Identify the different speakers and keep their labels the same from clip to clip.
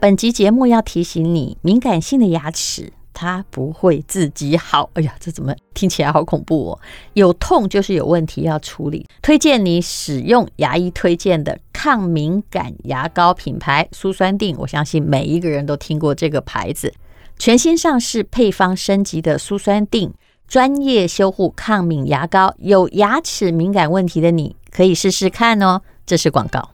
Speaker 1: 本集节目要提醒你，敏感性的牙齿它不会自己好。哎呀，这怎么听起来好恐怖哦？有痛就是有问题要处理。推荐你使用牙医推荐的抗敏感牙膏品牌苏酸定，我相信每一个人都听过这个牌子。全新上市、配方升级的苏酸定专业修护抗敏牙膏，有牙齿敏感问题的你可以试试看哦。这是广告。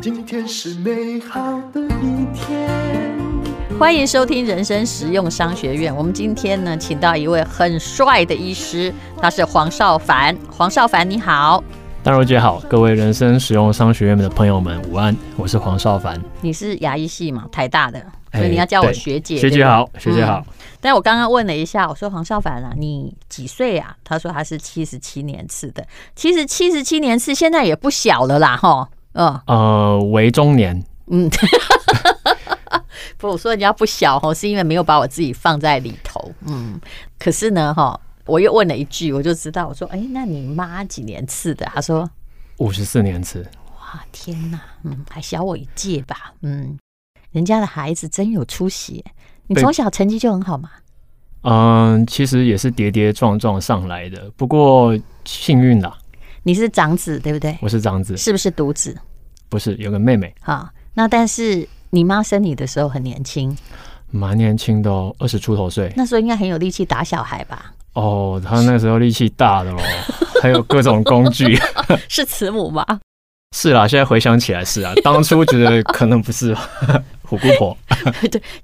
Speaker 2: 今天是美好的一天。
Speaker 1: 欢迎收听人生实用商学院。我们今天呢，请到一位很帅的医师，他是黄少凡。黄少凡，你好，
Speaker 3: 大柔姐好，各位人生实用商学院的朋友们，午安，我是黄少凡。
Speaker 1: 你是牙医系嘛，台大的，所以
Speaker 3: 哎
Speaker 1: 你要叫我
Speaker 3: 对
Speaker 1: 学姐。
Speaker 3: 学
Speaker 1: 对不对
Speaker 3: 姐
Speaker 1: 嗯
Speaker 3: 好，学姐好。
Speaker 1: 但我刚刚问了一下，我说黄少凡啊，你几岁啊？他说他是七十七年次的，其实七十七年次现在也不小了啦，哈，嗯
Speaker 3: 呃，为中年，
Speaker 1: 嗯，不，我说人家不小哈，是因为没有把我自己放在里头，嗯，可是呢，哈，我又问了一句，我就知道，我说，哎，那你妈几年次的？他说，
Speaker 3: 五十四年次，
Speaker 1: 哇，天哪，嗯，还小我一届吧，嗯，人家的孩子真有出息耶，你
Speaker 3: 对
Speaker 1: 从小成绩就很好嘛，
Speaker 3: 嗯、其实也是跌跌撞撞上来的，不过幸运啦，
Speaker 1: 你是长子对不对？
Speaker 3: 我是长子，
Speaker 1: 是不是独子？
Speaker 3: 不是有个妹妹，
Speaker 1: 啊，那但是你妈生你的时候很年轻，
Speaker 3: 蛮年轻的哦，二十出头岁
Speaker 1: 那时候应该很有力气打小孩吧？
Speaker 3: 哦，她那时候力气大的咯，哦还有各种工具。
Speaker 1: 是慈母吗？
Speaker 3: 是啦，现在回想起来是啊，当初觉得可能不是 吧虎姑婆。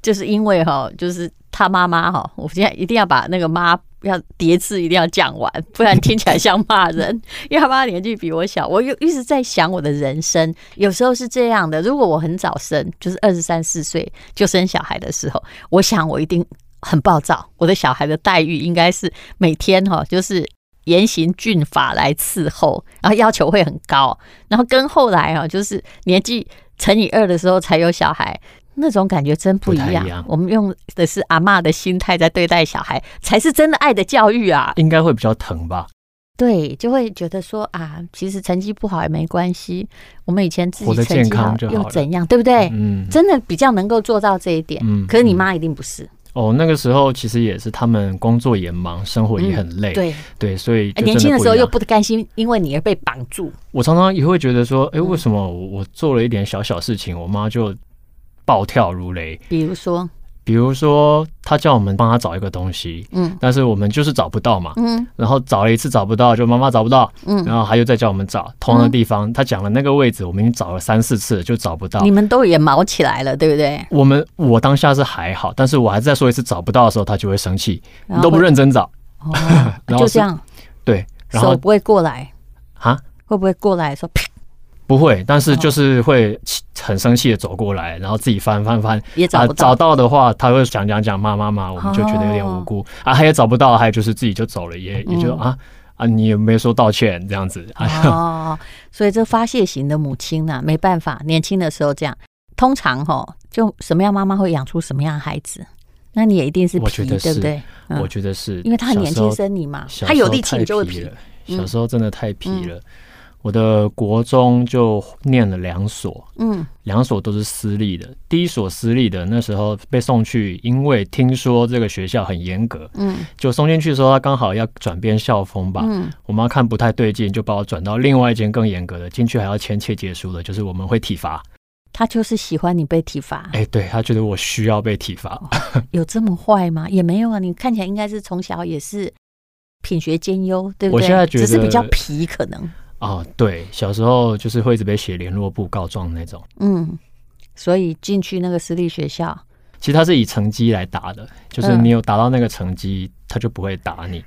Speaker 1: 就是因为哈，就是她妈妈哈，我现在一定要把那个妈要叠字一定要讲完，不然听起来像骂人。因为她妈年纪比我小，我又一直在想我的人生，有时候是这样的。如果我很早生，就是二十三四岁就生小孩的时候，我想我一定很暴躁，我的小孩的待遇应该是每天哈，就是严刑峻法来伺候，然后要求会很高，然后跟后来啊，就是年纪乘以二的时候才有小孩，那种感觉真不一
Speaker 3: 不
Speaker 1: 样。
Speaker 3: 太一样
Speaker 1: 我们用的是阿嬷的心态在对待小孩，才是真的爱的教育 啊。
Speaker 3: 应该会比较疼吧？
Speaker 1: 对，就会觉得说啊，其实成绩不好也没关系，我们以前自己
Speaker 3: 活得
Speaker 1: 成绩
Speaker 3: 健康
Speaker 1: 好
Speaker 3: 就好
Speaker 1: 又
Speaker 3: 了
Speaker 1: 怎样，对不对？
Speaker 3: 嗯，
Speaker 1: 真的比较能够做到这一点。
Speaker 3: 嗯
Speaker 1: 可是你妈一定不是。
Speaker 3: 哦，那个时候其实也是他们工作也忙，生活也很累，
Speaker 1: 嗯对，哎
Speaker 3: 对所以就
Speaker 1: 年轻
Speaker 3: 真
Speaker 1: 的
Speaker 3: 不
Speaker 1: 时候
Speaker 3: 一
Speaker 1: 又
Speaker 3: 样
Speaker 1: 不甘心，因为你而被绑住。
Speaker 3: 我常常也会觉得说，
Speaker 1: 嗯
Speaker 3: 哎、为什么我我做了一点小小事情，我妈就暴跳如雷？
Speaker 1: 比如说，
Speaker 3: 比如说，她叫我们帮她找一个东西，
Speaker 1: 嗯
Speaker 3: 但是我们就是找不到嘛，
Speaker 1: 嗯
Speaker 3: 然后找了一次找不到，就妈妈找不到，
Speaker 1: 嗯，
Speaker 3: 然后她又再叫我们找同样的地方，她讲了那个位置，我们已经找了三四次了就找不到
Speaker 1: 你。们都也毛起来了，对不对？
Speaker 3: 我们我当下是还好，但是我还是再说一次找不到的时候，她就会生气，
Speaker 1: 然
Speaker 3: 你
Speaker 1: 后
Speaker 3: 都不
Speaker 1: 会，
Speaker 3: 认真找，
Speaker 1: 哦、
Speaker 3: 然
Speaker 1: 就
Speaker 3: 后
Speaker 1: 这
Speaker 3: 是
Speaker 1: 样，
Speaker 3: 对，然
Speaker 1: 手
Speaker 3: 后
Speaker 1: 不会过来，
Speaker 3: 啊。
Speaker 1: 会不会过来说啪
Speaker 3: 不会，但是
Speaker 1: 哦
Speaker 3: 就是会气很生气的走过来，然后自己翻翻翻，
Speaker 1: 也找
Speaker 3: 啊
Speaker 1: 不，到？
Speaker 3: 找到的话他会讲讲讲骂骂骂，我们就觉得有点无辜、啊，他也找不到，还有就是自己就走了，也也就、
Speaker 1: 哦嗯
Speaker 3: 啊啊，你也没说道歉这样子， 啊、
Speaker 1: 哦，所以这发泄型的母亲呢、没办法，年轻的时候这样，通常哈、就什么样妈妈会养出什么样的孩子，那你也一定是
Speaker 3: 我
Speaker 1: 皮，
Speaker 3: 觉得
Speaker 1: 对不
Speaker 3: 是
Speaker 1: 对？嗯
Speaker 3: 我觉得是，
Speaker 1: 因为他
Speaker 3: 小
Speaker 1: 年
Speaker 3: 时候
Speaker 1: 轻生你嘛，
Speaker 3: 小
Speaker 1: 他有
Speaker 3: 时候
Speaker 1: 力气
Speaker 3: 太
Speaker 1: 你就会
Speaker 3: 皮
Speaker 1: 皮。
Speaker 3: 了，
Speaker 1: 嗯
Speaker 3: 小时候真的太皮了。我的国中就念了两所，
Speaker 1: 嗯，
Speaker 3: 两所都是私立的。第一所私立的那时候被送去，因为听说这个学校很严格，
Speaker 1: 嗯
Speaker 3: 就送进去的时候，他刚好要转变校风吧。
Speaker 1: 嗯
Speaker 3: 我妈看不太对劲，就把我转到另外一间更严格的，进去还要签切结书的，就是我们会体罚。
Speaker 1: 他就是喜欢你被体罚，
Speaker 3: 哎、对他觉得我需要被体罚。
Speaker 1: 嗯有这么坏吗？也没有啊，你看起来应该是从小也是品学兼优，对不
Speaker 3: 我
Speaker 1: 对？
Speaker 3: 现在觉
Speaker 1: 只是比
Speaker 3: 得
Speaker 1: 较皮，可能
Speaker 3: 哦，对，小时候就是会一直被写联络簿告状那种。
Speaker 1: 嗯，所以进去那个私立学校，
Speaker 3: 其实他是以成绩来打的，就是
Speaker 1: 嗯
Speaker 3: 你有达到那个成绩，他就不会打你。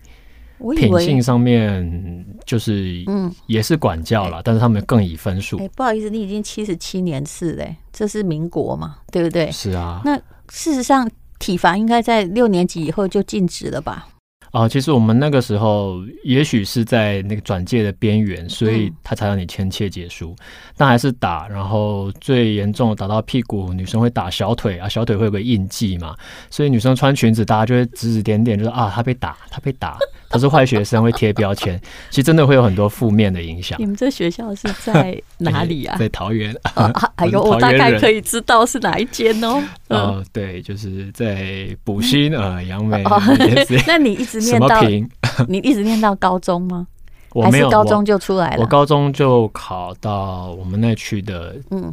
Speaker 1: 我嗯以
Speaker 3: 品
Speaker 1: 为
Speaker 3: 性上面就是
Speaker 1: 嗯，
Speaker 3: 也是管教啦，但是他们更以分数
Speaker 1: 哎、。不好意思，你已经七十七年次嘞，这是民国嘛，对不对？
Speaker 3: 是啊，
Speaker 1: 那事实上，体罚应该在六年级以后就禁止了吧？
Speaker 3: 啊、其实我们那个时候也许是在那个转介的边缘，所以
Speaker 1: 嗯
Speaker 3: 他才让你签切结书。但还是打，然后最严重的打到屁股，女生会打小腿啊，小腿会有个印记嘛，所以女生穿裙子，大家就会指指点点，就是啊，她被打，她被打，她是坏学生，会贴标签。其实真的会有很多负面的影响
Speaker 1: 你。们这学校是在 哪里啊？
Speaker 3: 在桃园。
Speaker 1: 啊啊 哎呦，
Speaker 3: 我
Speaker 1: 我
Speaker 3: 是桃
Speaker 1: 大
Speaker 3: 园
Speaker 1: 概
Speaker 3: 人
Speaker 1: 可以知道是哪一间哦。嗯，
Speaker 3: 呃，对，就是在补新呃杨梅
Speaker 1: 哦
Speaker 3: 也是，
Speaker 1: 那你一 直
Speaker 3: 什
Speaker 1: 念
Speaker 3: 么
Speaker 1: 到
Speaker 3: 平？
Speaker 1: 你一直念到高中吗？
Speaker 3: 我
Speaker 1: 还
Speaker 3: 没
Speaker 1: 是
Speaker 3: 有
Speaker 1: 高中就出来
Speaker 3: 我，我
Speaker 1: 了？
Speaker 3: 高中就考到我们那区的
Speaker 1: 嗯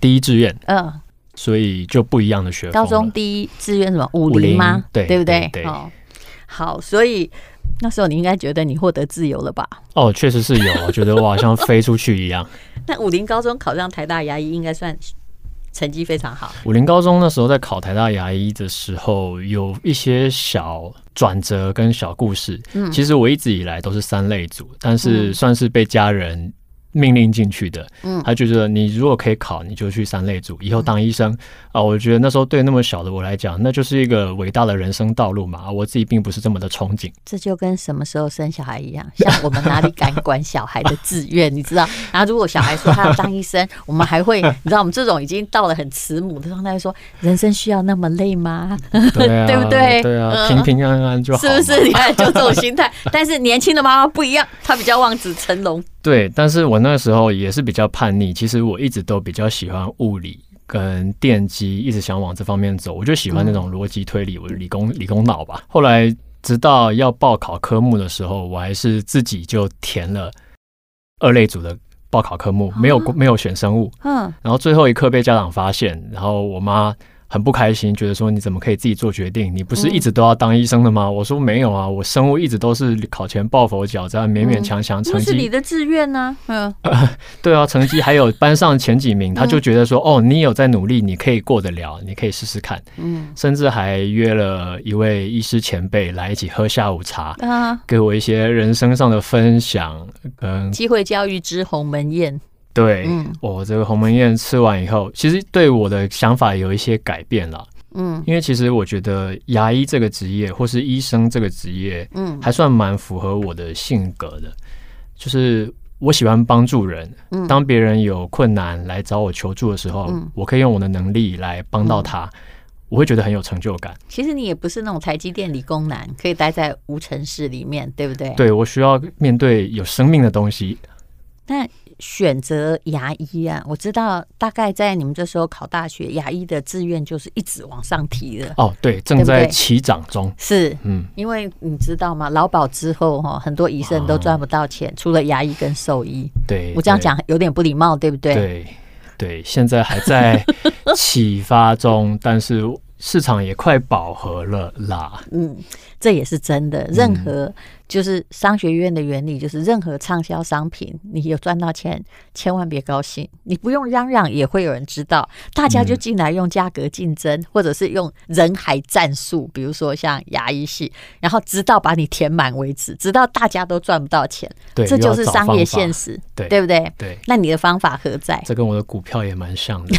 Speaker 3: 第一志愿，
Speaker 1: 嗯，
Speaker 3: 所以就不一样的学风了。
Speaker 1: 高中第一志愿什么五
Speaker 3: 五
Speaker 1: 零
Speaker 3: 零
Speaker 1: 吗？
Speaker 3: 对
Speaker 1: 对不对
Speaker 3: 对？对
Speaker 1: 哦，好，所以那时候你应该觉得你获得自由了吧？
Speaker 3: 哦，确实是有，我觉得我好像飞出去 一样。
Speaker 1: 那武林高中考上台大牙医，应该算成绩非常好。
Speaker 3: 武林高中那时候在考台大牙医的时候，有一些小转折跟小故事。
Speaker 1: 嗯
Speaker 3: 其实我一直以来都是三类组，但
Speaker 1: 嗯
Speaker 3: 是算是被家人命令进去的。
Speaker 1: 嗯
Speaker 3: 他就觉得你如果可以考，你就去三类组，以后当医生啊、我觉得那时候对那么小的我来讲，那就是一个伟大的人生道路嘛。啊我自己并不是这么的憧憬。
Speaker 1: 这就跟什么时候生小孩一样，像我们哪里敢管小孩的志愿，你知道？然后如果小孩说他要当医生，我们还会，你知道，我们这种已经到了很慈母的状态，说人生需要那么累吗？
Speaker 3: 对啊，
Speaker 1: 对不对
Speaker 3: 对啊，
Speaker 1: 嗯
Speaker 3: 平平安安就好。
Speaker 1: 是不是？？你看，就这种心态。但是年轻的妈妈不一样，她比较望子成龙。
Speaker 3: 对，但是我那时候也是比较叛逆，其实我一直都比较喜欢物理跟电机，一直想往这方面走。我就喜欢那种逻辑推理，我理工理工脑吧。后来直到要报考科目的时候，我还是自己就填了二类组的报考科目，没有
Speaker 1: 啊
Speaker 3: 没有选生物。
Speaker 1: 嗯，
Speaker 3: 然后最后一刻被家长发现，然后我妈很不开心，觉得说你怎么可以自己做决定？你不是一直都要当医生的
Speaker 1: 嗯
Speaker 3: 吗？我说没有啊，我生物一直都是考前抱佛脚，这样勉勉强强成
Speaker 1: 那是
Speaker 3: 绩
Speaker 1: 你的志愿呢、嗯，
Speaker 3: 对啊，成绩还有班上前几名，他就觉得说，哦，你有在努力，你可以过得了，你可以试试看。
Speaker 1: 嗯
Speaker 3: 甚至还约了一位医师前辈来一起喝下午茶，
Speaker 1: 啊，
Speaker 3: 给我一些人生上的分享。嗯，
Speaker 1: 机会教育之鸿门宴。
Speaker 3: 对，
Speaker 1: 嗯
Speaker 3: 我、这个鸿门宴吃完以后，其实对我的想法有一些改变了，
Speaker 1: 嗯
Speaker 3: 因为其实我觉得牙医这个职业，或是医生这个职业，
Speaker 1: 嗯
Speaker 3: 还算蛮符合我的性格的，就是我喜欢帮助人。
Speaker 1: 嗯
Speaker 3: 当别人有困难来找我求助的时候，
Speaker 1: 嗯
Speaker 3: 我可以用我的能力来帮到他，我会觉得很有成就感。
Speaker 1: 其实你也不是那种台积电理工男，可以待在无尘室里面，对不对？。
Speaker 3: 对我需要面对有生命的东西。
Speaker 1: 那选择牙医啊，我知道大概在你们这时候考大学，牙医的志愿就是一直往上提的，
Speaker 3: 哦，对，正
Speaker 1: 对不对
Speaker 3: 在起涨中。
Speaker 1: 是。
Speaker 3: 嗯，
Speaker 1: 因为你知道吗？劳保之后哈，很多医生都赚不到钱，除了牙医跟兽医。
Speaker 3: 对，
Speaker 1: 我这样
Speaker 3: 对
Speaker 1: 讲有点不礼貌，对不对？
Speaker 3: 对对，现在还 在启发中，但是市场也快饱和了啦。
Speaker 1: 嗯，这也是真
Speaker 3: 嗯
Speaker 1: 的。任何就是商学院的原理，就是任何畅销商品，你有赚到钱，千万别高兴，你不用嚷嚷也会有人知道。大家
Speaker 3: 嗯
Speaker 1: 就进来用价格竞争，或者是用人海战术，比如说像牙医系，然后直到把你填满为止，直到大家都赚不到钱，
Speaker 3: 对，
Speaker 1: 这
Speaker 3: 又要
Speaker 1: 就是
Speaker 3: 找
Speaker 1: 商
Speaker 3: 方
Speaker 1: 业
Speaker 3: 法
Speaker 1: 现。实，
Speaker 3: 对
Speaker 1: 不对？
Speaker 3: 对，
Speaker 1: 那你的方法何在？
Speaker 3: 这跟我的股票也蛮像的。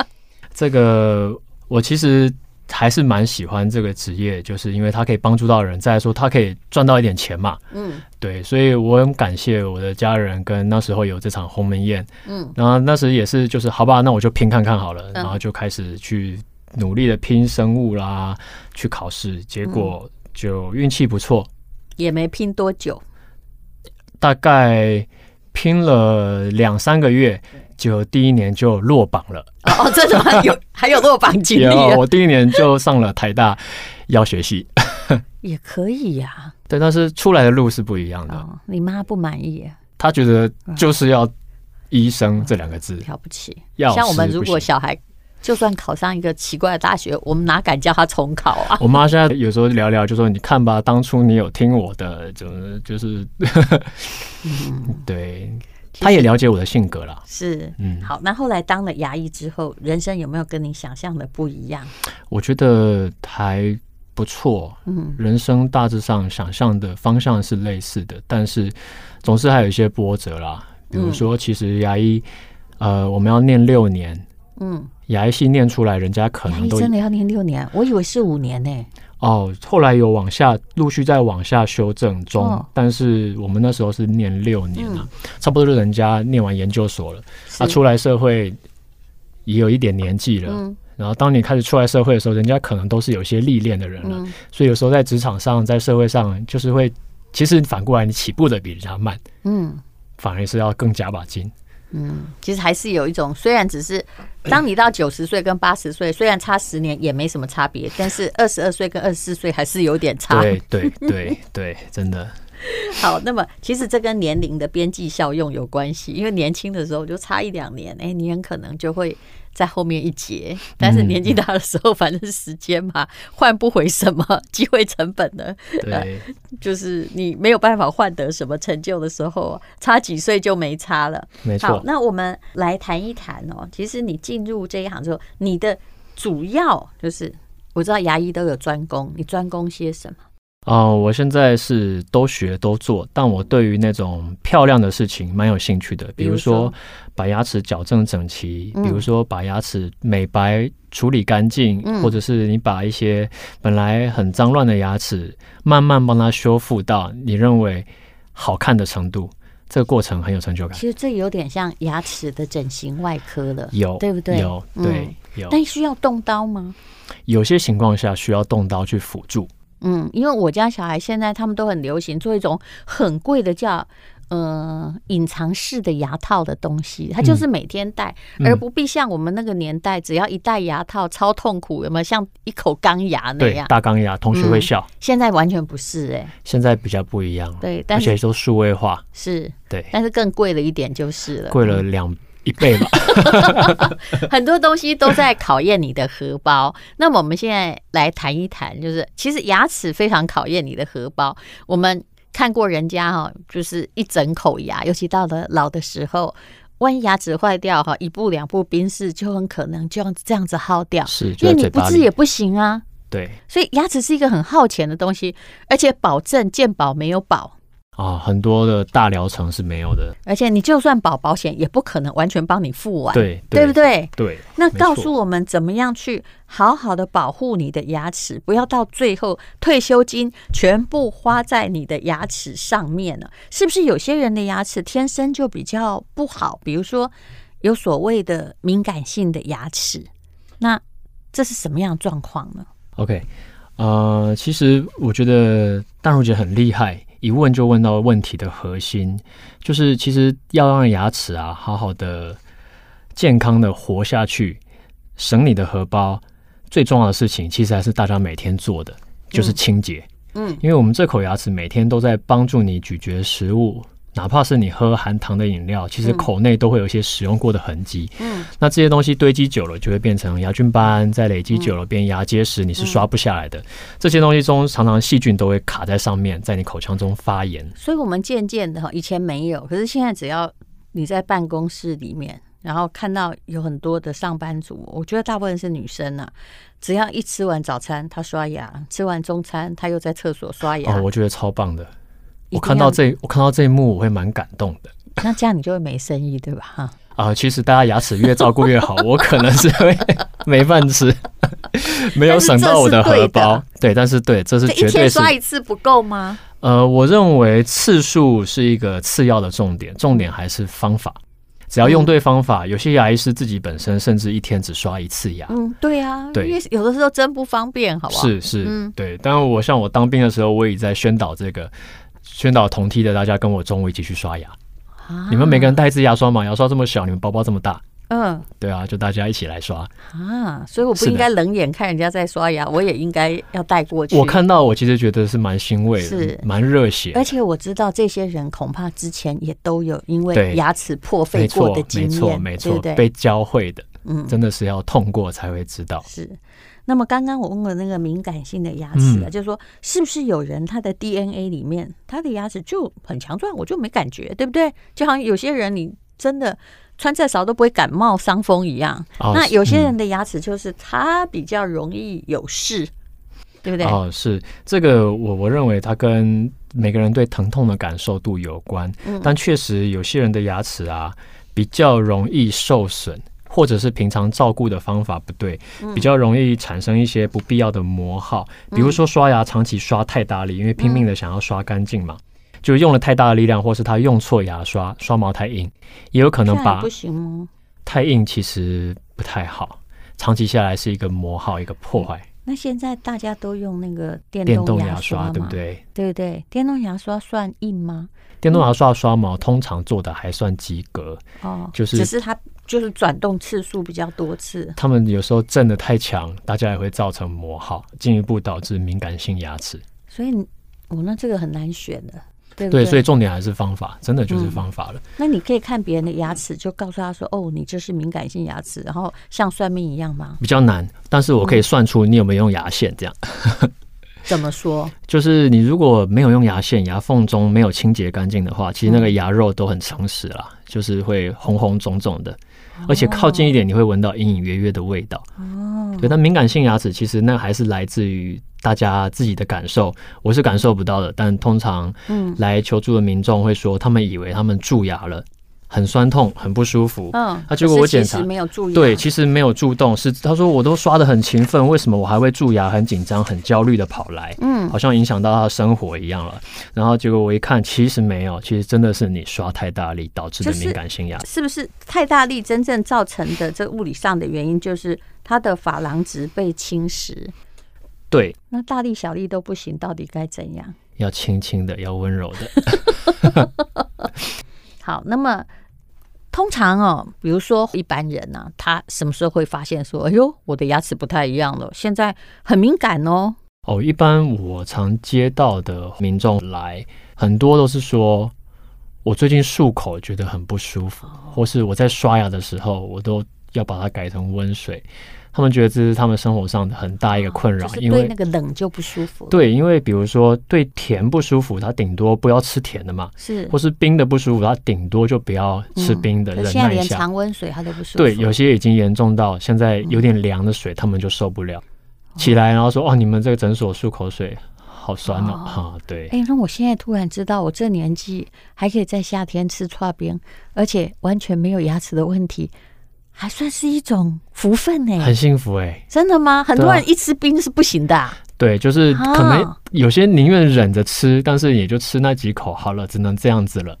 Speaker 3: 这个我其实还是蛮喜欢这个职业，就是因为它可以帮助到人，再来说它可以赚到一点钱嘛。
Speaker 1: 嗯
Speaker 3: 对，所以我很感谢我的家人跟那时候有这场鸿门宴，
Speaker 1: 嗯，
Speaker 3: 然后那时也是就是好吧，那我就拼看看好了，然后就开始去努力的拼生物啦，去考试，
Speaker 1: 嗯
Speaker 3: 结果就运气不错，
Speaker 1: 也没拼多 久，
Speaker 3: 大概拼了两三个月，就第一年就落榜了。
Speaker 1: 哦，哦真的吗？有还有落榜经历
Speaker 3: 有，
Speaker 1: 啊，
Speaker 3: 我第一年就上了台大药 学系，
Speaker 1: 也可以呀、
Speaker 3: 对，但是出来的路是不一样的。
Speaker 1: 哦，你妈不满意啊、
Speaker 3: 他觉得就是要医生这两个字，
Speaker 1: 了不起。
Speaker 3: 药
Speaker 1: 啊像我们
Speaker 3: 师
Speaker 1: 如
Speaker 3: 不
Speaker 1: 果
Speaker 3: 行
Speaker 1: 小孩就算考上一个奇怪的大学，我们哪敢叫他重考啊？
Speaker 3: 我妈现在有时候聊聊就说：“你看吧，当初你有听我的，就是就是，
Speaker 1: 嗯
Speaker 3: 对，她也了解我的性格啦。
Speaker 1: 是，
Speaker 3: 嗯，
Speaker 1: 好。那后来当了牙医之后，人生有没有跟你想象的不一样？
Speaker 3: 我觉得还不错，
Speaker 1: 嗯
Speaker 3: 人生大致上想象的方向是类似的，但是总是还有一些波折啦。
Speaker 1: 嗯
Speaker 3: 比如说，其实牙医，呃，我们要念六年，
Speaker 1: 嗯，
Speaker 3: 牙医系念出来，人家可
Speaker 1: 牙
Speaker 3: 能
Speaker 1: 医
Speaker 3: 都
Speaker 1: 真的要念六年，我以为是五年呢、
Speaker 3: 哦、哦，后来有往下陆续在往下修正中，
Speaker 1: 哦嗯
Speaker 3: 但是我们那时候是念六年啊，差不多是人家念完研究所了，
Speaker 1: 是
Speaker 3: 啊，出来社会也有一点年纪了。
Speaker 1: 嗯
Speaker 3: 然后当你开始出来社会的时候，人家可能都是有一些历练的人了，
Speaker 1: 嗯，
Speaker 3: 所以有时候在职场上、在社会上，就是会，其实反过来你起步的比人家慢，
Speaker 1: 嗯
Speaker 3: 反而是要更加把劲。
Speaker 1: 嗯，其实还是有一种，虽然只是当你到九十岁跟八十岁，虽然差十年也没什么差别，但是二十二岁跟二十四岁还是有点差。
Speaker 3: 对对对对，真的。
Speaker 1: 好，那么其实这跟年龄的边际效用有关系，因为年轻的时候就差一两年，哎，你很可能就会在后面一截。但
Speaker 3: 嗯
Speaker 1: 是年纪大的时候，反正时间嘛，换不回什么机会成本呢，
Speaker 3: 对，
Speaker 1: 就是你没有办法换得什么成就的时候，差几岁就没差了。
Speaker 3: 没
Speaker 1: 好
Speaker 3: 错，。
Speaker 1: 那我们来谈一谈哦，其实你进入这一行之后，你的主要就是我知道牙医都有专攻，你专攻些什么？
Speaker 3: 哦、我现在是都学都做，但我对于那种漂亮的事情蛮有兴趣的，
Speaker 1: 比
Speaker 3: 比
Speaker 1: 如
Speaker 3: 如说
Speaker 1: 说
Speaker 3: 把牙齿矫正整齐，
Speaker 1: 嗯
Speaker 3: 比如说把牙齿美白处理干净，
Speaker 1: 嗯
Speaker 3: 或者是你把一些本来很脏乱的牙齿慢慢帮它修复到你认为好看的程度，这个过程很有成就感。
Speaker 1: 其实这有点像牙齿的整形外科了。
Speaker 3: 有
Speaker 1: 对不对
Speaker 3: 有
Speaker 1: 嗯
Speaker 3: 对、有，
Speaker 1: 但需要动刀吗？
Speaker 3: 有些情况下需要动刀去辅助。
Speaker 1: 嗯，因为我家小孩现在他们都很流行做一种很贵的叫呃隐藏式的牙套的东西，它就是每天戴，
Speaker 3: 嗯
Speaker 1: 而不必像我们那个年代，只要一戴牙套超痛苦，有没有像一口钢牙那
Speaker 3: 对
Speaker 1: 样，？
Speaker 3: 大钢牙，同学会
Speaker 1: 嗯
Speaker 3: 笑，
Speaker 1: 现在完全不是哎、
Speaker 3: 现在比较不一样，
Speaker 1: 对，但
Speaker 3: 而且
Speaker 1: 是
Speaker 3: 都数位化，
Speaker 1: 是
Speaker 3: 对。
Speaker 1: 但是更贵了一点就是了，
Speaker 3: 贵了两一倍 吧。
Speaker 1: 很多东西都在考验你的荷包。那么我们现在来谈一谈，就是其实牙齿非常考验你的荷包。我们看过人家哈、就是一整口牙，尤其到了老的时候，万一牙齿坏掉哈、一步两步冰室就很可能就这样子耗掉，
Speaker 3: 是，就
Speaker 1: 因为
Speaker 3: 在
Speaker 1: 你
Speaker 3: 嘴
Speaker 1: 不
Speaker 3: 巴
Speaker 1: 治也
Speaker 3: 里。
Speaker 1: 不行啊。
Speaker 3: 对
Speaker 1: 所以牙齿是一个很耗钱的东西，而且保证健保没有保，
Speaker 3: 啊，很多的大疗程是没有的。
Speaker 1: 而且你就算保保险，也不可能完全帮你付完，
Speaker 3: 对
Speaker 1: 对不对？
Speaker 3: 对，
Speaker 1: 那
Speaker 3: 没
Speaker 1: 告
Speaker 3: 错
Speaker 1: 诉我们怎么样去好好的保护你的牙齿，不要到最后退休金全部花在你的牙齿上面了。是不是有些人的牙齿天生就比较不好？比如说有所谓的敏感性的牙齿，那这是什么样的状况呢？
Speaker 3: OK，呃，其实我觉得淡如姐很厉害，一问就问到问题的核心，就是其实要让牙齿啊好好的、健康的活下去，省你的荷包。最重要的事情，其实还是大家每天做的，就是清洁。
Speaker 1: 嗯
Speaker 3: 因为我们这口牙齿每天都在帮助你咀嚼食物，哪怕是你喝含糖的饮料，其实口内都会有一些使用过的痕迹。
Speaker 1: 嗯，
Speaker 3: 那这些东西堆积久了，就会变成牙菌斑，在累积久了变牙结石，你是刷不下来
Speaker 1: 嗯
Speaker 3: 的。这些东西中，常常细菌都会卡在上面，在你口腔中发炎。
Speaker 1: 所以我们渐渐的哈，以前没有，可是现在只要你在办公室里面，然后看到有很多的上班族，我觉得大部分是女生啊，只要一吃完早餐，她刷牙；吃完中餐，她又在厕所刷牙。
Speaker 3: 哦，我觉得超棒的。
Speaker 1: 一定要
Speaker 3: 我看到这，我看到这一幕，我会蛮感动的。
Speaker 1: 那这样你就会没生意，对吧？哈，
Speaker 3: 啊、其实大家牙齿越照顾越好，我可能是会 没饭吃，没有省到我
Speaker 1: 但是这是对
Speaker 3: 荷
Speaker 1: 的
Speaker 3: 包。对，但是对， 这是
Speaker 1: 这
Speaker 3: 绝
Speaker 1: 一
Speaker 3: 对
Speaker 1: 天
Speaker 3: 是
Speaker 1: 刷一次不够吗？
Speaker 3: 呃，我认为次数是一个次要的重点，重点还是方法。只要用对方法，有些牙医师自己本身甚至一天只刷一次牙。
Speaker 1: 嗯，对啊，
Speaker 3: 对
Speaker 1: 因为有的时候真不方便，好不好？
Speaker 3: 是是，
Speaker 1: 嗯
Speaker 3: 对。但我像我当兵的时候，我也在宣导这个，宣导同梯的大家跟我中午一起去刷牙。
Speaker 1: 啊
Speaker 3: 你们每个人带一支牙刷嘛，牙刷这么小，你们包包这么大，
Speaker 1: 嗯
Speaker 3: 对啊，就大家一起来刷。
Speaker 1: 啊，所以我不
Speaker 3: 是的
Speaker 1: 应该冷眼看人家在刷牙，我也应该要带过去。
Speaker 3: 我看到我其实觉得是蛮欣慰
Speaker 1: 是
Speaker 3: 的，蛮热血的
Speaker 1: 而。且我知道这些人恐怕之前也都有因为
Speaker 3: 对
Speaker 1: 牙齿破费
Speaker 3: 没
Speaker 1: 过
Speaker 3: 错
Speaker 1: 的，
Speaker 3: 没
Speaker 1: 经
Speaker 3: 错，
Speaker 1: 验，
Speaker 3: 没
Speaker 1: 对
Speaker 3: 错
Speaker 1: 不，对？
Speaker 3: 被教会的，
Speaker 1: 嗯，
Speaker 3: 真的是要痛过才会知道。
Speaker 1: 是。那么刚刚我问了那个敏感性的牙齿啊，
Speaker 3: 嗯
Speaker 1: 就是说是不是有人他的 DNA 里面他的牙齿就很强壮，我就没感觉，对不对？就好像有些人你真的穿再少都不会感冒伤风一样，
Speaker 3: 哦
Speaker 1: 那有些
Speaker 3: 嗯
Speaker 1: 人的牙齿就是他比较容易有事，对不对？
Speaker 3: 哦，是这个我，我认为它跟每个人对疼痛的感受度有关，
Speaker 1: 嗯
Speaker 3: 但确实有些人的牙齿啊比较容易受损。或者是平常照顾的方法不对，
Speaker 1: 嗯
Speaker 3: 比较容易产生一些不必要的磨耗。比如说刷牙长期刷太大力，因为拼
Speaker 1: 嗯
Speaker 3: 命的想要刷干净嘛，就用了太大的力量，或是他用错牙刷，刷毛太硬，也有可能
Speaker 1: 这样也
Speaker 3: 把
Speaker 1: 不行哦吗？
Speaker 3: 太硬其实不太好，长期下来是一个磨耗，一个破坏。
Speaker 1: 那现在大家都用那个电
Speaker 3: 电
Speaker 1: 动
Speaker 3: 动牙
Speaker 1: 刷
Speaker 3: 刷
Speaker 1: 嘛，
Speaker 3: 对不？对？
Speaker 1: 对不对？电动牙刷算硬吗？
Speaker 3: 电动牙刷刷毛通常做的还算及格，
Speaker 1: 哦，
Speaker 3: 就是
Speaker 1: 只是它就是转动次数比较多次。
Speaker 3: 他们有时候震的太强，大家也会造成磨耗，进一步导致敏感性牙齿。
Speaker 1: 所以你，我、那这个很难选的，对不对？
Speaker 3: 对，所以重点还是方法，真的就是
Speaker 1: 嗯
Speaker 3: 方法了。
Speaker 1: 那你可以看别人的牙齿，就告诉他说：“哦，你这是敏感性牙齿。”然后像算命一样吗？
Speaker 3: 比较难，但是我可以算出你有没有用牙线。这样，
Speaker 1: 怎么说？
Speaker 3: 就是你如果没有用牙线，牙缝中没有清洁干净的话，其实
Speaker 1: 嗯
Speaker 3: 那个牙肉都很诚实啦，就是会红红肿肿的，而且靠近一点你会闻到隐隐约约的味道。
Speaker 1: 哦，
Speaker 3: 对，但敏感性牙齿其实那还是来自于大家自己的感受，我是感受不到的。但通常
Speaker 1: 嗯
Speaker 3: 来求助的民众会说，他们以为他们蛀牙了，很酸痛，很不舒服。
Speaker 1: 嗯，
Speaker 3: 啊结果我检
Speaker 1: 可是
Speaker 3: 查
Speaker 1: 其实没有注意啊，
Speaker 3: 对，其实没有蛀洞，是他说我都刷的很勤奋，为什么我还会蛀牙？很紧张，很焦虑的跑来，
Speaker 1: 嗯
Speaker 3: 好像影响到他的生活一样了。然后结果我一看，其实没有，其实真的是你刷太大力导致的
Speaker 1: 就是
Speaker 3: 敏感性牙齿。
Speaker 1: 是不是太大力真正造成的这物理上的原因，就是它的珐琅质被侵蚀？
Speaker 3: 对，
Speaker 1: 那大力小力都不行，到底该怎样？
Speaker 3: 要轻轻的，要温柔的。
Speaker 1: 好，那么通常哦，比如说一般人呢、他什么时候会发现说：“哎呦，我的牙齿不太一样了，现在很敏感哦。
Speaker 3: 哦，一般我常接到的民众来，很多都是说，我最近漱口觉得很不舒服，
Speaker 1: 哦
Speaker 3: 或是我在刷牙的时候，我都要把它改成温水。他们觉得这是他们生活上很大一个困扰，
Speaker 1: 哦就是
Speaker 3: 啊因
Speaker 1: 对
Speaker 3: 为
Speaker 1: 那个冷就不舒服。，
Speaker 3: 对，因为比如说对甜不舒服，他顶多不要吃甜的嘛，
Speaker 1: 是
Speaker 3: 或。是冰的不舒服，他顶多就不要吃冰的，
Speaker 1: 嗯可是
Speaker 3: 忍
Speaker 1: 现在
Speaker 3: 耐一
Speaker 1: 连
Speaker 3: 下。
Speaker 1: 常温水他都不舒服。嗯
Speaker 3: 对，有些已经严重到现在有点凉的水，他们就受不了，起来然后说：“哦，你们这个诊所漱口水好酸哦！”啊、对，
Speaker 1: 哎、那我现在突然知道，我这年纪还可以在夏天吃串冰，而且完全没有牙齿的问题，还算是一种福分呢、
Speaker 3: 很幸福哎、
Speaker 1: 真的吗？很
Speaker 3: 对啊
Speaker 1: 多人一吃冰是不行的、啊，
Speaker 3: 对，就是
Speaker 1: 啊
Speaker 3: 可能有些宁愿忍着吃，但是也就吃那几口，好了，只能这样子了，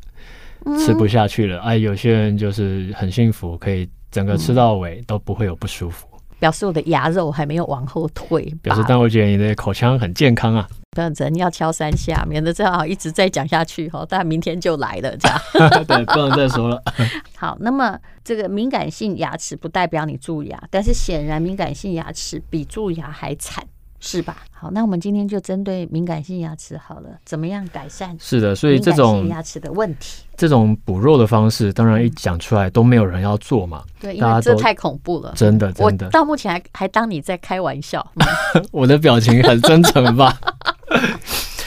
Speaker 1: 嗯
Speaker 3: 吃不下去了。哎，有些人就是很幸福，可以整个吃到
Speaker 1: 嗯
Speaker 3: 尾都不会有不舒服，
Speaker 1: 表示我的牙肉还没有往后退吧。
Speaker 3: 表示但我觉得你的口腔很健康啊。
Speaker 1: 不要人要敲三下，免得这样一直再讲下去哈，大家明天就来了这样。
Speaker 3: 对，不能再 说了。
Speaker 1: 好，那么这个敏感性牙齿不代表你蛀牙，但是显然敏感性牙齿比蛀牙还惨，是吧？好，那我们今天就针对敏感性牙齿好了，怎么样改善
Speaker 3: 是的，所以
Speaker 1: 敏
Speaker 3: 这
Speaker 1: 感
Speaker 3: 种
Speaker 1: 性牙齿的问题？
Speaker 3: 这种补肉的方式，当然一讲出来都没有人要做嘛。
Speaker 1: 对，因
Speaker 3: 大
Speaker 1: 为
Speaker 3: 家
Speaker 1: 这
Speaker 3: 都
Speaker 1: 太恐怖了。
Speaker 3: 真的，
Speaker 1: 嗯我
Speaker 3: 真的，
Speaker 1: 到目前还还当你在开玩 笑，嗯
Speaker 3: 我的表情很真诚吧？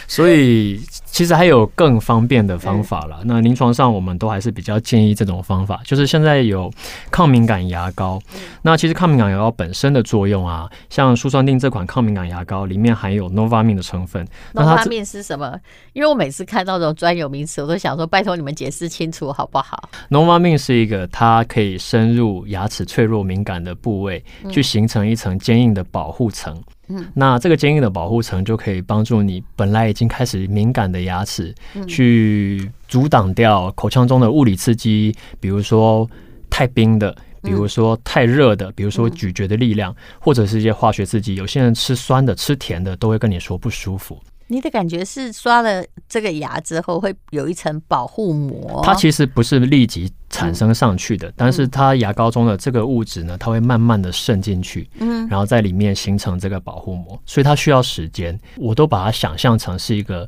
Speaker 3: 所以其实还有更方便的方法啦。那临床上我们都还是比较建议这种方法，就是现在有抗敏感牙膏。那其实抗敏感牙膏本身的作用啊，像舒酸定这款抗敏感牙膏里面含有 Novamin 的成分，那
Speaker 1: 那
Speaker 3: 它
Speaker 1: 拉
Speaker 3: 这
Speaker 1: 面是什么？因为我每次看到这种专有名词，我都想说，拜托你们解释清楚好不好？
Speaker 3: Novamin 是一个它可以深入牙齿脆弱敏感的部位，去形成一层坚硬的保护层。
Speaker 1: 嗯
Speaker 3: 那这个坚硬的保护层就可以帮助你本来已经开始敏感的牙齿，去阻挡掉口腔中的物理刺激，比如说太冰的。比如说太热的，比如说咀嚼的力量，或者是一些化学刺激。有些人吃酸的、吃甜的，都会跟你说不舒服。
Speaker 1: 你的感觉是刷了这个牙之后会有一层保护膜，
Speaker 3: 它其实不是立即产生上去的，但是它牙膏中的这个物质呢，它会慢慢的渗进去，
Speaker 1: 嗯，
Speaker 3: 然后在里面形成这个保护膜，所以它需要时间。我都把它想象成是一个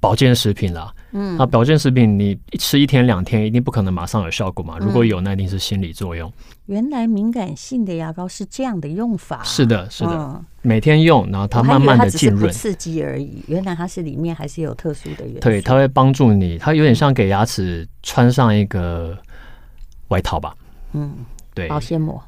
Speaker 3: 保健食品啦，嗯，那保健食品你吃一天两天一定不可能马上有效果嘛，
Speaker 1: 嗯
Speaker 3: 如果有那一定是心理作用。
Speaker 1: 原来敏感性的牙膏是这样的用法，
Speaker 3: 是
Speaker 1: 的，
Speaker 3: 的，是的，
Speaker 1: 啊嗯，
Speaker 3: 每天用，然后它
Speaker 1: 我还以
Speaker 3: 慢
Speaker 1: 为
Speaker 3: 慢
Speaker 1: 它
Speaker 3: 的
Speaker 1: 只是
Speaker 3: 浸
Speaker 1: 不
Speaker 3: 润。
Speaker 1: 刺激而已。原来它是里面还是有特殊的元素，
Speaker 3: 对，它会帮助你，它有点像给牙齿穿上一个外套吧，
Speaker 1: 嗯，
Speaker 3: 对
Speaker 1: 保鲜膜，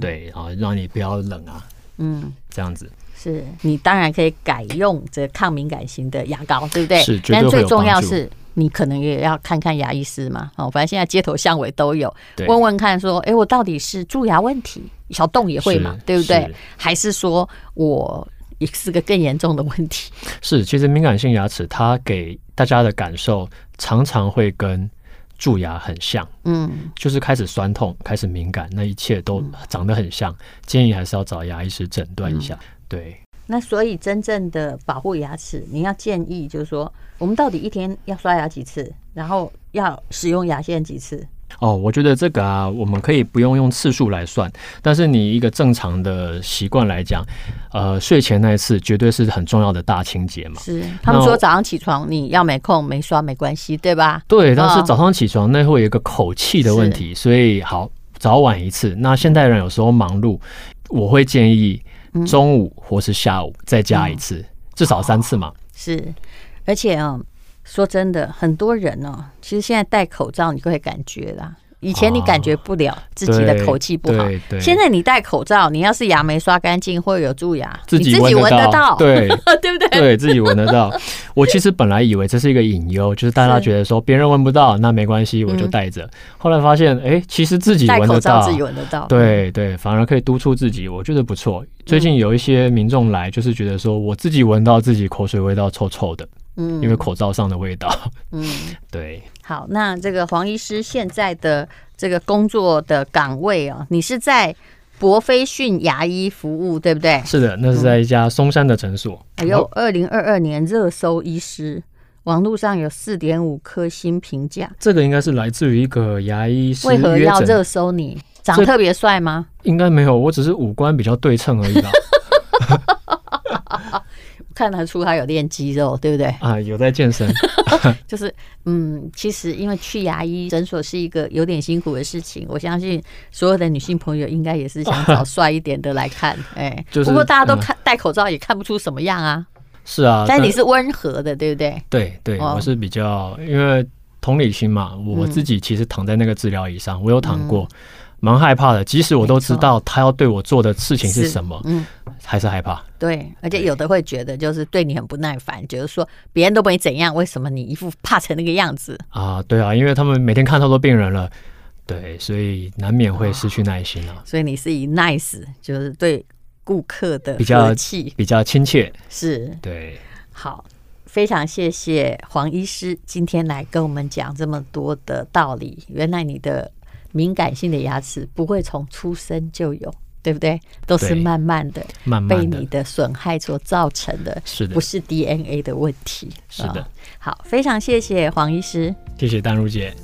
Speaker 3: 对，然后让你不要冷啊，
Speaker 1: 嗯。
Speaker 3: 这样子。
Speaker 1: 是你当然可以改用这抗敏感型的牙膏，对不对？
Speaker 3: 是绝对
Speaker 1: 但
Speaker 3: 会
Speaker 1: 最
Speaker 3: 有
Speaker 1: 重
Speaker 3: 帮
Speaker 1: 要
Speaker 3: 助
Speaker 1: 是你可能也要看看牙医师嘛。哦，反正现在街头巷尾都有，
Speaker 3: 对，
Speaker 1: 问问看说，诶，我到底是蛀牙问题，小洞也会嘛
Speaker 3: 是，
Speaker 1: 对不对
Speaker 3: 是？
Speaker 1: 还是说我也是个更严重的问题？
Speaker 3: 是，其实敏感性牙齿它给大家的感受常常会跟蛀牙很像，
Speaker 1: 嗯，
Speaker 3: 就是开始酸痛，开始敏感，那一切都长得很像。建议还是要找牙医师诊断一下。
Speaker 1: 嗯
Speaker 3: 对，
Speaker 1: 那所以真正的保护牙齿，你要建议就是说，我们到底一天要刷牙几次，然后要使用牙线几次？
Speaker 3: 哦，我觉得这个啊，我们可以不用用次数来算，但是你一个正常的习惯来讲，呃，睡前那一次绝对是很重要的大清洁嘛。
Speaker 1: 是他们
Speaker 3: 那
Speaker 1: 说
Speaker 3: 我
Speaker 1: 早上起床你要没空没刷没关系，对吧？
Speaker 3: 对，但是
Speaker 1: 哦
Speaker 3: 早上起床那会有一个口气的问题，所以好早晚一次。那现代人有时候忙碌，我会建议
Speaker 1: 嗯
Speaker 3: 中午或是下午再加一次，至少三次
Speaker 1: 哦
Speaker 3: 嘛。
Speaker 1: 是，而且啊、说真的，很多人哦，其实现在戴口罩你就会感觉啦。以前你感觉不了自己的
Speaker 3: 对
Speaker 1: 口气不好
Speaker 3: 对，对
Speaker 1: 现在你戴口罩，你要是牙没刷干净或者有蛀牙，
Speaker 3: 自己
Speaker 1: 你自己
Speaker 3: 闻
Speaker 1: 闻
Speaker 3: 得
Speaker 1: 到，
Speaker 3: 对
Speaker 1: 对不对？
Speaker 3: 对，自己闻得到。我其实本来以为这是一个隐忧，就是大家
Speaker 1: 是嗯
Speaker 3: 觉得说别人闻不到，那没关系，我就戴着。后来发现，哎，其实自己
Speaker 1: 戴
Speaker 3: 闻
Speaker 1: 口
Speaker 3: 得
Speaker 1: 罩
Speaker 3: 到，
Speaker 1: 自己闻得到，，
Speaker 3: 对对，反而可以督促自己，我觉得不错。最近有一些民众来，就是觉得说我自己闻到自己口水味道臭臭的，
Speaker 1: 嗯
Speaker 3: 因为口罩上的味道。
Speaker 1: 嗯。
Speaker 3: 对，
Speaker 1: 好，那这个黄医师现在的这个工作的岗位啊，你是在博飞讯牙医服务，对不对？
Speaker 3: 是的，那是在一家松山的诊所。
Speaker 1: 还有二零二二年热搜医师，网络上有四点五颗星评价，
Speaker 3: 这个应该是来自于一个牙医师
Speaker 1: 为何
Speaker 3: 约
Speaker 1: 要热
Speaker 3: 诊，
Speaker 1: 搜你？长得特别帅吗？
Speaker 3: 应该没有，我只是五官比较对称而 已吧。
Speaker 1: 看得出他有练肌肉，对不对？
Speaker 3: 啊，有在健身，
Speaker 1: 就是嗯，其实因为去牙医诊所是一个有点辛苦的事情，我相信所有的女性朋友应该也是想找帅一点的来 看，哎，
Speaker 3: 就是
Speaker 1: 不过大家都看、戴口罩也看不出什么样啊，
Speaker 3: 是啊，
Speaker 1: 但你是温和的，对不对？
Speaker 3: 对对，
Speaker 1: 哦
Speaker 3: 我是比较因为同理心嘛，
Speaker 1: 嗯
Speaker 3: 我自己其实躺在那个治疗椅上，我有躺过，蛮害怕的。即使我都知道他要对我做的事情是什么，
Speaker 1: 嗯，
Speaker 3: 还是害怕。
Speaker 1: 对，而且有的会觉得就是对你很不耐烦，觉得说别人都没怎样，为什么你一副怕成那个样子？
Speaker 3: 啊，对啊，因为他们每天看太多病人了，对，所以难免会失去耐心啊，
Speaker 1: 所以你是以 nice，就是对顾客的
Speaker 3: 比较
Speaker 1: 和气
Speaker 3: 比较亲切。
Speaker 1: 是
Speaker 3: 对，
Speaker 1: 好。非常谢谢黄医师今天来跟我们讲这么多的道理。原来你的敏感性的牙齿不会从出生就有，对不对？都是
Speaker 3: 对
Speaker 1: 慢慢的
Speaker 3: 慢
Speaker 1: 被
Speaker 3: 慢
Speaker 1: 你
Speaker 3: 的，
Speaker 1: 的损害所造成的，
Speaker 3: 是的
Speaker 1: 不是 DNA 的问题。
Speaker 3: 是的
Speaker 1: 啊好，非常谢谢黄医师。
Speaker 3: 谢谢丹如姐，